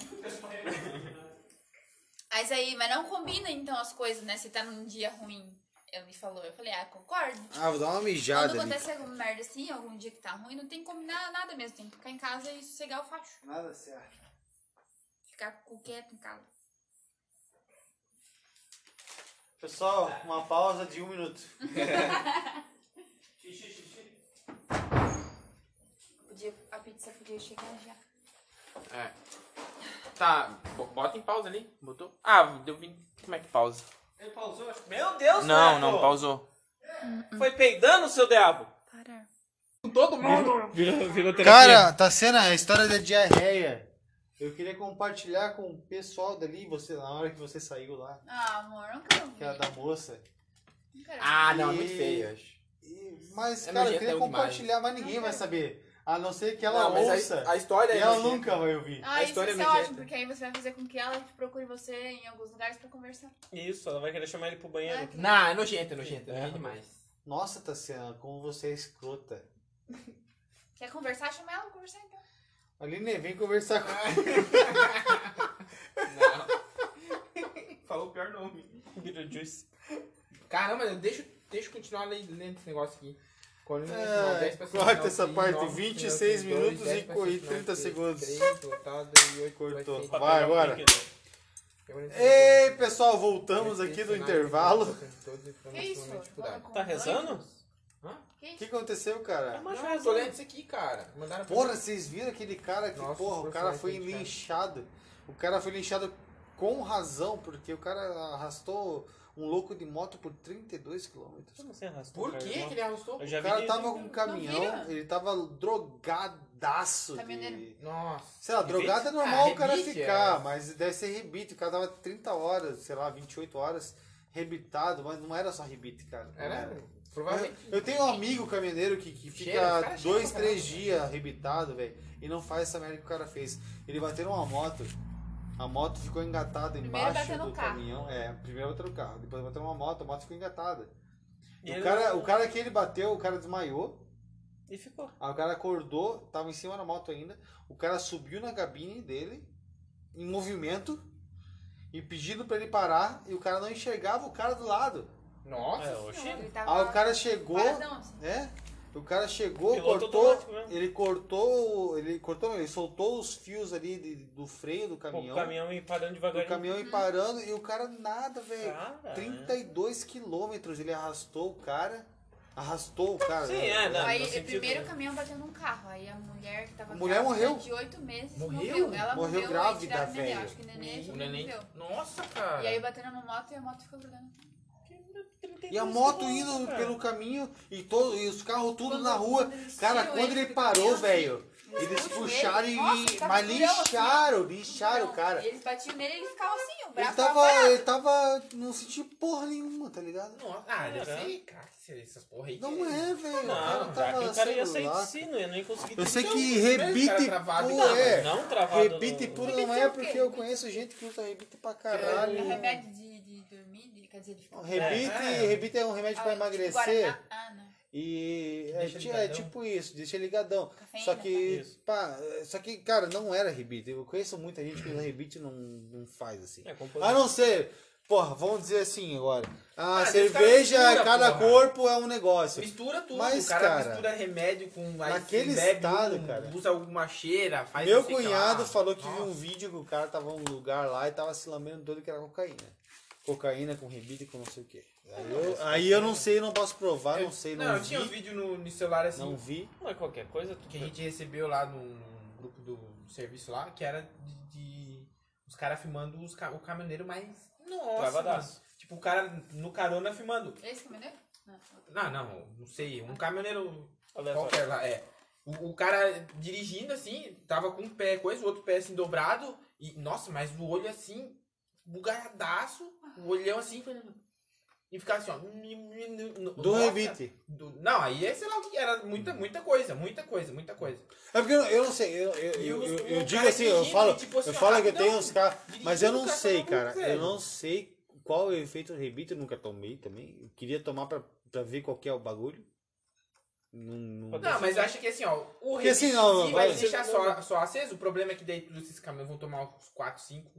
Mas aí, mas não combina então as coisas, né? Você tá num dia ruim. Ele falou, eu falei, ah, concordo.
Ah, vou dar uma
Quando
mijada ali.
acontece alguma merda assim, algum dia que tá ruim, não tem que combinar nada mesmo. Tem que ficar em casa e sossegar o facho.
Nada certo.
Ficar com o quieto em casa.
Pessoal, uma pausa de um minuto.
Podia, a pizza podia chegar já.
É. Tá, bo- bota em pausa ali. Botou? Ah, deu 20. Como é que pausa?
Ele pausou? Meu Deus,
Não,
Deco!
não, pausou.
Foi peidando, seu diabo?
Parar.
Todo mundo.
Virou, virou
Cara, tá sendo a história da diarreia. Eu queria compartilhar com o pessoal dali, você, na hora que você saiu lá,
Ah, amor, não quero
que era
ver.
da moça.
Não quero
Ah, não, é muito feio, eu acho.
E- mas,
É
cara, eu
nojento,
queria
é demais.
compartilhar, mas ninguém vai saber. A não ser que ela
não, mas é
ouça.
a, a história
e ela
nojenta.
nunca vai ouvir.
Ah,
A
isso
história
isso
é
é
muito
ótimo,
quieta.
porque aí você vai fazer com que ela procure você em alguns lugares pra conversar.
Isso, ela vai querer chamar ele pro banheiro.
Ah,
Não, é nojento, é nojento. É
É.
nojento *laughs* demais.
Nossa, Tassiana, como você é escrota.
Quer conversar? Chama ela pra conversar então.
Aline, vem conversar com
Não. Falou o pior nome.
um Beetlejuice.
Caramba, deixa, deixa eu continuar le- lendo esse negócio aqui. Colina
É,
final, 10 pra né,
corta
final,
essa
6,
parte,
9,
26
final, 2,
minutos
10
e
pra
co- e
final,
30
três,
segundos.
três, voltado e oito,
Cortou.
oito,
Pra
Vai,
pegar o
agora.
brinquedo.
oito.
Ei, pessoal, voltamos aqui do intervalo.
Que isso?
tipo,
Vamos
Tá
com
rezando?
dois? Que
O
isso?
que aconteceu,
É
cara?
mais
Não, eu tô lendo isso aqui, cara. Mandaram pra
Porra,
mim.
vocês viram aquele cara que,
Nossa,
porra, o
os
cara
profissionais
foi
que a gente faz.
linchado. O cara foi linchado com razão, porque o cara arrastou um louco de moto por 32 quilômetros.
Como assim arrastou?
Por
cara?
que
é
que ele arrastou?
Eu já
O
vi.
cara
ele-
tava com um
Não
caminhão,
vira.
ele tava drogadaço. De...
Caminhoneiro.
Nossa.
Sei lá,
Rebite?
drogado é
Ah,
normal o
rebite,
cara
é.
ficar, mas deve ser rebite. O cara tava 30 horas, sei lá, 28 horas rebitado, mas não era só rebite, cara. Não
Era? Provavelmente.
É. Eu tenho um amigo caminhoneiro que,
Cheira,
que
o
fica
cara cheira
dois,
pra caralho.
três dias arrebitado, velho, e não faz essa merda que o cara fez. Ele bateu uma moto, a moto ficou engatada
Primeiro
embaixo
bateu no
do
carro.
caminhão. É, primeiro bateu no carro, depois bateu uma moto, a moto ficou engatada. E
ele-
o, cara, o cara que ele bateu, o cara desmaiou,
E ficou.
aí o cara acordou, tava em cima da moto ainda, o cara subiu na cabine dele, em movimento, e pedindo pra ele parar, e o cara não enxergava o cara do lado.
Nossa.
É, oxi.
Ele tava
Aí o cara chegou,
paradão, assim.
é? O cara chegou,
Piloto
cortou.
automático mesmo.
Ele cortou. o- Ele cortou, não, ele soltou os fios ali de- do freio do
Pô,
caminhão.
o caminhão e parando
do
devagarinho.
caminhão e parando. E o cara nada, velho.
Cara,
32 quilômetros ele arrastou o cara. Arrastou o cara.
Sim,
né?
é, né?
Aí,
no
o
sentido,
primeiro
né?
caminhão bateu num carro. Aí a mulher que tava
A mulher
grávida
morreu?
de oito meses
Morreu?
morreu. Ela
Morreu
morreu, aí
grávida,
tiraram o neném.
velho.
Acho que É, o neném já
O neném.
morreu.
Nossa, cara.
E aí bateu numa moto e a moto ficou grudando.
E a moto indo pelo caminho e, todo, e os carros tudo
Quando-
na rua.
quando eles
Cara,
tiram
quando
ele
ele
do
parou,
caminhão,
velho,
Ele
eles
puxou
puxaram
ele.
e.
Nossa, ele tava
mas
com o grão,
lincharam,
assim,
lincharam o
não.
cara.
Eles batiam nele e ele ficava assim, o braço
Ele
tava...
tava. Ele tava. Não sentiu porra nenhuma, tá ligado?
Nossa. Ah, deve
Caramba.
ser, cara. esse- Essas porra aí.
Não é, velho. O cara
Não, cara,
tava
o cara ia
sei
sair
lá.
de si, não ia nem conseguir.
Eu sei
Então,
que
primeiro cara
rebite
travado,
puro
Não, mas
é.
não travado.
Rebite
no-
puro
Rebite
não
é
é
o quê?
porque eu conheço gente que usa rebite pra caralho.
É remédio de, de dormir, de, quer dizer, de ficar...
Rebite,
É, é.
rebite é um remédio pra
Ah,
Um emagrecer
Guaraná. Ah, não.
e é,
Deixa
ti- é
ligadão.
tipo isso, deixa ligadão.
Cafeína,
Só
né?
que,
Isso.
pá, só que, cara, não era rebite. Eu conheço muita gente que usa rebite e não, não faz assim.
É,
A
composição.
não ser, porra, vamos dizer assim agora. A
Ah, desse
cerveja,
cara mistura,
cada
porra.
corpo é um negócio.
Mistura tudo.
Mas,
o cara,
cara,
mistura remédio com. aí
naquele
bebe
estado,
um,
cara.
Usa alguma cheira, faz.
Meu
não sei o que
cunhado
lá.
falou que
assim, Nossa.
viu um vídeo que o cara tava num lugar lá e tava se lambendo todo que era cocaína. cocaína com rebite com não sei o quê. Aí eu, aí eu não sei, não posso provar, não sei, não,
Não,
vi.
tinha uns vídeos no, no celular assim.
Não vi.
Não é qualquer coisa, tu
que a gente recebeu lá no, no grupo do serviço lá, que era de, de- os caras filmando os ca- o caminhoneiro mais. Nossa! mano.
travadaço.
Tipo, o cara no carona filmando.
né? Esse que me deu? Não.
Não, não, não sei. Um caminhoneiro
Aleatório.
qualquer lá, é. O, o cara dirigindo assim, tava com um pé coisa, o outro pé assim dobrado, e nossa, mas o olho assim, bugaradaço, o olhão assim, e ficava assim, ó.
Do
Do
rebite.
Do- não, aí é, sei lá o que que era. Muita, muita coisa, muita coisa, muita coisa.
É porque eu, eu não sei, eu, eu,
E
eu,
os-
eu-
o
eu digo
cara
assim, eu
dirigindo,
falo,
tipo assim,
eu falo que eu
rapidão,
tenho os caras, mas eu não
dirigindo,
sei,
cara,
cara,
velho.
eu não sei qual é o efeito do rebite, eu nunca tomei também, eu queria tomar pra, pra ver qual que é o bagulho. Não, não-
Não, mas eu acho que assim, ó, o
Porque assim,
rebite
não,
em si
vai-
vai deixar só, só aceso. O problema é que daí todos esses caminhões vão tomar uns 4, 5.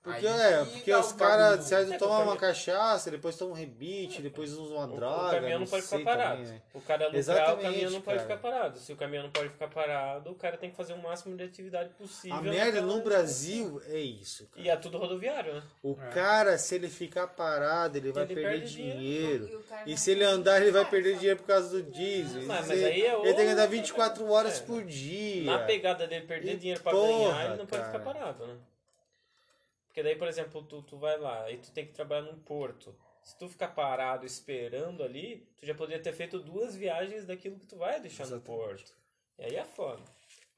Porque, é, porque os caras, certo,
É,
tomam
porque-
uma cachaça, depois tomam um rebite, depois usam uma
É, O,
droga,
o caminhão não pode
sei
ficar parado.
também, né?
O cara lucrar, o
Exatamente,
caminhão não pode
cara.
ficar parado. Se o caminhão não pode ficar parado, o cara tem que fazer o máximo de atividade possível.
A merda
naquela-
no Brasil é isso, cara.
E é tudo rodoviário, né?
O
É.
cara, se ele ficar parado, ele vai
Ele
perder
perde dinheiro. Ah,
dinheiro.
o cara
E
não-
se ele andar, ele vai perder dinheiro por causa do diesel.
Mas-
Ele-
mas aí é
ele tem que andar
outra-
24 horas
é.
por dia.
Na pegada dele perder
E
dinheiro pra ganhar,
porra,
ele não pode
cara.
ficar parado, né? Porque daí, por exemplo, tu, tu vai lá e tu tem que trabalhar num porto. Se tu ficar parado esperando ali, tu já poderia ter feito duas viagens daquilo que tu vai deixar no porto. E aí é foda.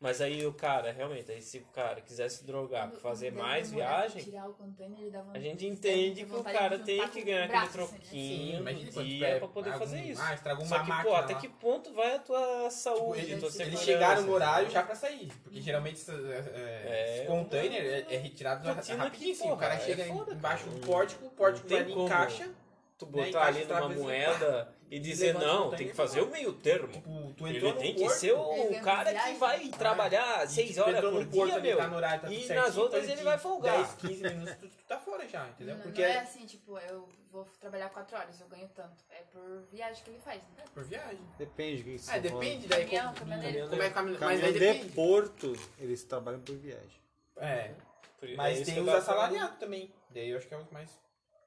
Mas aí o cara, realmente, aí se o cara quisesse drogar,
Quando-
fazer
quando
mais
ele demorava
viagem,
tirar o container, ele
A
dava um-
gente
dava
entende que o
vontade de
cara
juntar
tem
com
que
o
ganhar aquele
braço, assim, né?
troquinho
imagina
no
quando
dia
tiver
pra poder
algum-
fazer isso.
Ah, estragou
Só
uma
que, pô,
máquina
até
lá.
que ponto vai a tua
Tipo,
saúde,
eles,
tua
eles
segurança? Né,
chegaram no
entendeu?
horário já pra sair. Porque geralmente esses, é,
É,
esses container é, é retirado
rotina que,
rapidinho. assim,
porra,
o cara
é
chega
foda,
embaixo
cara.
do pórtico, o pórtico
Não
vai
tem
ali
como.
em caixa.
Tu
Né,
botar
encaixa
tá ali
o
numa
trapezinho,
moeda e dizer,
levanta o
não,
trem
tem
e
que fazer
vai.
o meio termo.
Tipo, tu entrou
Ele
no
tem que
porto,
ser
Ele
o
é
cara que
viagem,
vai
né?
trabalhar
e
seis
tu
horas
entrou
por
no porto,
dia,
ali,
meu.
tá no horário, tá tudo
E nas
certinho,
outras
então
ele
de
vai folgar.
10, 15 minutos, tu, tu tá fora já, entendeu?
Não,
Porque
não é
é
assim, tipo, eu vou trabalhar quatro horas, eu ganho tanto. É por viagem que ele faz, né?
por viagem.
Depende do que você tá
É, depende daí
Caminhão,
como,
caminhoneiro.
como é que caminhão, mas
Caminhão
aí
de
depende.
porto, eles trabalham por viagem.
É,
Por- é
mas
isso que
tem
eu
os
tava falando.
assalariados também. Daí eu acho que é o que mais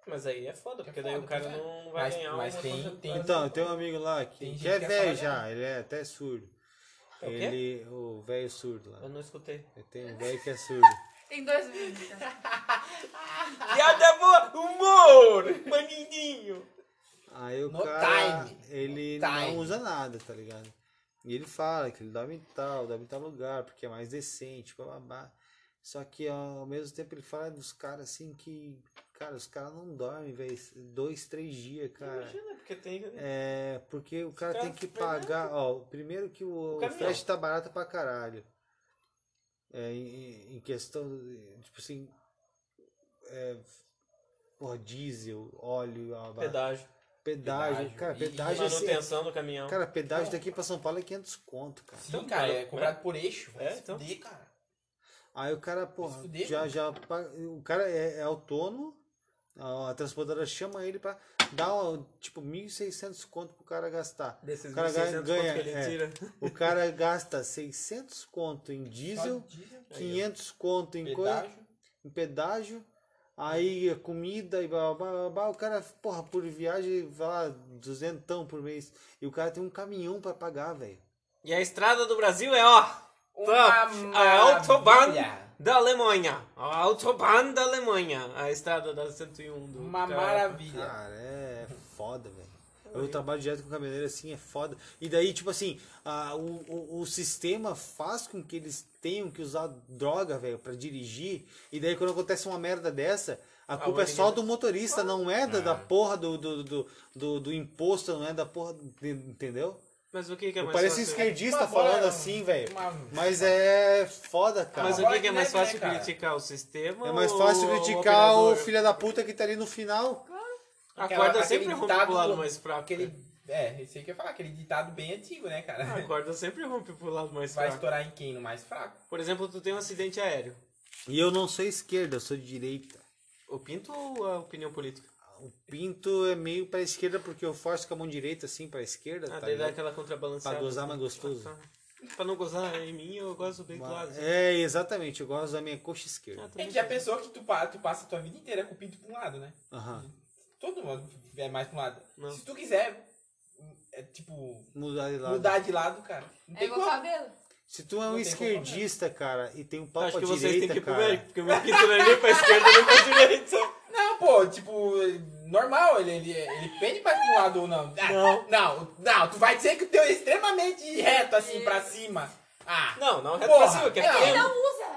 Mas aí é foda, porque
É
daí o
foda,
cara
pois é.
não vai
Mas-
ganhar
mas
uma
tem-
coisa-
tem-
Então, eu tenho um amigo lá
Tem
que,
gente
que é
que é
velho já,
assalariado.
ele é até surdo.
É o quê?
ele, o velho surdo
Eu
lá.
não escutei.
Tem um velho que é surdo.
Tem dois vídeos. então.
*laughs* Piada boa! Humor! Manindinho!
Aí o
No
cara,
time.
ele
No
não
time.
usa nada, tá ligado? E ele fala que ele dorme em tal, dorme em tal lugar, porque é mais decente, bababá. Só que ó, ao mesmo tempo ele fala dos caras assim que, cara, os caras não dormem, velho, dois, três dias, cara.
Imagina, porque tem...
É, porque o cara
cara
tem que
foi nada.
pagar, ó, primeiro que o,
O
o
caminhão.
frete tá barato pra caralho. É, em, em questão, tipo assim, é, porra, diesel, óleo, babá.
Pedágio.
Pedágio,
Pedágio.
cara,
E
pedágio assim, é-
Manutenção do caminhão.
Cara, pedágio daqui pra São Paulo é 500 conto, cara.
Sim,
Então,
cara,
cara,
é cobrado por eixo. vai
É,
se
então.
fuder, cara.
Aí o cara, porra,
se fuder,
já,
mano.
já, pa- o cara é, é autônomo, a, a transportadora chama ele pra dar, ó, tipo, 1.600 conto pro cara gastar.
Desses
O cara ganha-
1.600
ganha,
conto que ele
é.
tira.
O cara gasta 600 conto em
Só
diesel,
diesel,
500 conto em coisa,
pedágio.
em pedágio, aí a comida e blá, blá, blá, blá, o cara, porra, por viagem, vai lá, duzentão por mês. E o cara tem um caminhão pra pagar, velho.
E a estrada do Brasil é, ó,
Uma
a Autobahn
maravilha.
da Alemanha. A Autobahn da Alemanha. A estrada da 101 do
Uma
cara.
maravilha.
Cara, é foda, velho. Eu trabalho direto com caminhoneiro assim, é foda. E daí, tipo assim, a, o, o, o sistema faz com que eles tenham que usar droga, velho, pra dirigir. E daí, quando acontece uma merda dessa, a culpa é
Ah, ninguém-
só do motorista, não é da, da porra do, do, do, do, do imposto, não é da porra. do- Entendeu?
Mas o que que é
Eu
mais
Parece
fácil?
esquerdista
Uma bola,
falando
um-
assim, velho.
Uma-
Mas é foda, cara.
Mas o
Agora
que que é
que
mais
deve, né,
fácil?
cara?
Criticar o sistema
É mais
ou
fácil criticar o,
operador?
filho da puta que tá ali no final.
A
Aquela-
corda
aquele
sempre rompe
ditado-
pro lado mais fraco.
Aquele. É, esse aí que eu ia falar, aquele ditado bem antigo, né, cara?
*laughs*
*laughs*
A corda sempre rompe pro lado mais
Vai
fraco.
estourar em quem? No mais fraco.
Por exemplo, tu tem um acidente aéreo.
E eu não sou esquerda, eu sou direita.
O Pinto ou a opinião política?
Ah, O pinto é meio pra esquerda porque eu forço com a mão direita assim pra esquerda,
Ah,
tá
daí dá
ligado?
aquela contrabalanceada.
Pra gozar mais
assim.
gostoso.
Ah, tá.
Pra não gozar em mim, eu gosto bem do lado.
Mas- É, exatamente. Eu gosto da minha coxa esquerda.
tá
Ah,
É
também
que a
sou.
pessoa que tu, pa- tu passa a tua vida inteira com o pinto pra um lado, né?
Aham.
Todo mundo é mais pra um lado.
Não.
Se tu quiser, é tipo,
Mudar de lado.
mudar de lado, cara. Não
É
tem
igual
como.
cabelo.
Se tu é um
Não tem
esquerdista, cara, e tem um papo
Acho
à
que vocês têm
direita,
que ir pro
cara.
médico, porque o meu pinto não é nem pra esquerda nem pra direita.
Não, pô, tipo, normal, ele, ele, ele pende pra um lado ou não. Ah,
Não.
Não, não, tu vai dizer que o teu é extremamente reto, assim, pra cima. Ah,
Não, não, reto
Porra,
pra cima, que é
não.
pequeno.
Não usa!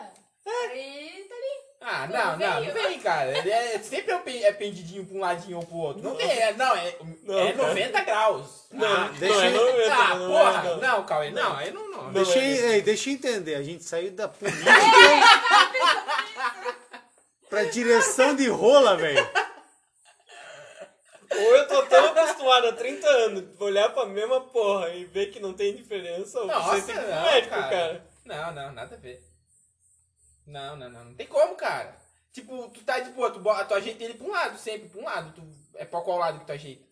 Aí tá ali.
ah não, não, não
veio.
vem, cara. Ele é, sempre é pen- é pendidinho pra um ladinho ou pro outro. Não tem, é, não, é,
Não,
é
cara.
90 graus.
Não,
Ah,
deixa
não, é
eu-
90,
ah,
não, é
porra,
90.
não, Cauê, não, aí não, não.
Deixa,
Não é
eu- ei, deixa eu entender. A gente saiu da política pra direção de rola, velho.
Ou eu tô tão acostumado há 30 anos olhar pra mesma porra e ver que não tem diferença, ou
Nossa,
você tem que ir pro
não,
médico,
cara.
cara.
Não, não, nada a ver. Não, não, não, não tem como, cara. Tipo, tu tá de boa, tu, bo- tu ajeita ele pra um lado, sempre pra um lado. Tu, é pra qual lado que tu ajeita?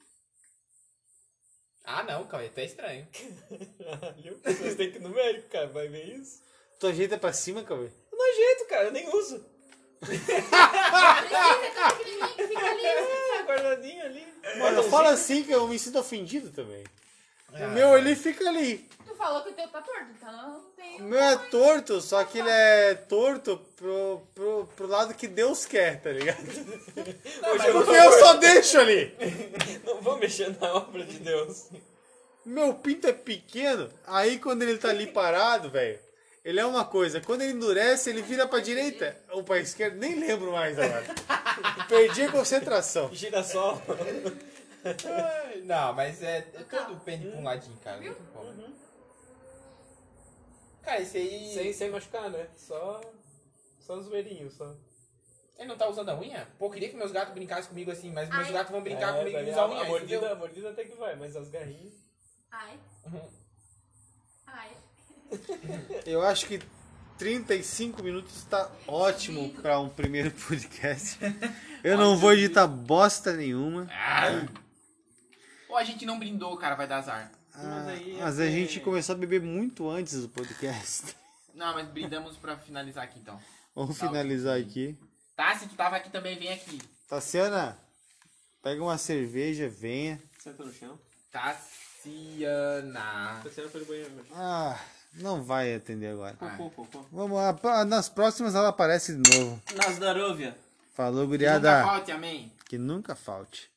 Ah, não, Cauê, tu é estranho.
Caralho, vocês têm que ir no médico, cara, vai ver isso?
Tu ajeita pra cima, Cauê?
Eu não ajeito, É cara, eu nem uso.
tá
Ah!
Fica ali.
*laughs* É, guardadinho ali.
Mano,
Botãozinho.
fala assim que eu me sinto ofendido também.
Ah.
O meu, ele fica ali.
Tu falou que o teu tá torto, então
O
tem.
meu é torto, só que ele é torto pro, pro, pro lado que Deus quer, tá ligado?
Não, mas
eu
Porque
eu-
eu só deixo ali.
Não vou mexer na obra de Deus.
Meu pinto é pequeno, aí quando ele tá ali parado, velho, ele é uma coisa. Quando ele endurece, ele vira pra direita ou pra esquerda, nem lembro mais agora. Perdi a concentração.
Girassol.
Ai, não, mas é, é tudo pende pra um ladinho, cara. Não tem como. Cara, esse aí.
sem, sem machucar, né? Só. Só zoeirinho, só.
Ele não tá usando a unha? Pô, queria que meus gatos brincassem comigo assim, mas meus
Ai.
gatos vão brincar
É,
comigo e
daí
usar a
a,
unha.
a mordida,
entendeu?
a mordida até que vai, mas as garrinhas.
Ai,
Uhum.
ai.
Eu acho que 35 minutos tá ótimo pra um primeiro *laughs* podcast. Eu não vou editar bosta nenhuma.
Ou a gente não brindou, cara, vai dar azar.
Ah,
aí é
mas a
que-
gente começou a beber muito antes do podcast. *laughs*
Não, mas brindamos pra finalizar aqui então.
Vamos finalizar aqui.
Tá? Se tu tava aqui também, vem aqui.
Tassiana, pega uma cerveja, venha.
Senta tá no chão.
Tassiana.
Tá sendo pelo banheiro, mas.
Ah, não vai atender agora.
Cocô, cocô.
Vamos lá, pra- nas próximas ela aparece de novo.
Nas Darovia.
Falou,
Nunca
guriada.
falte, amém.
Que nunca falte.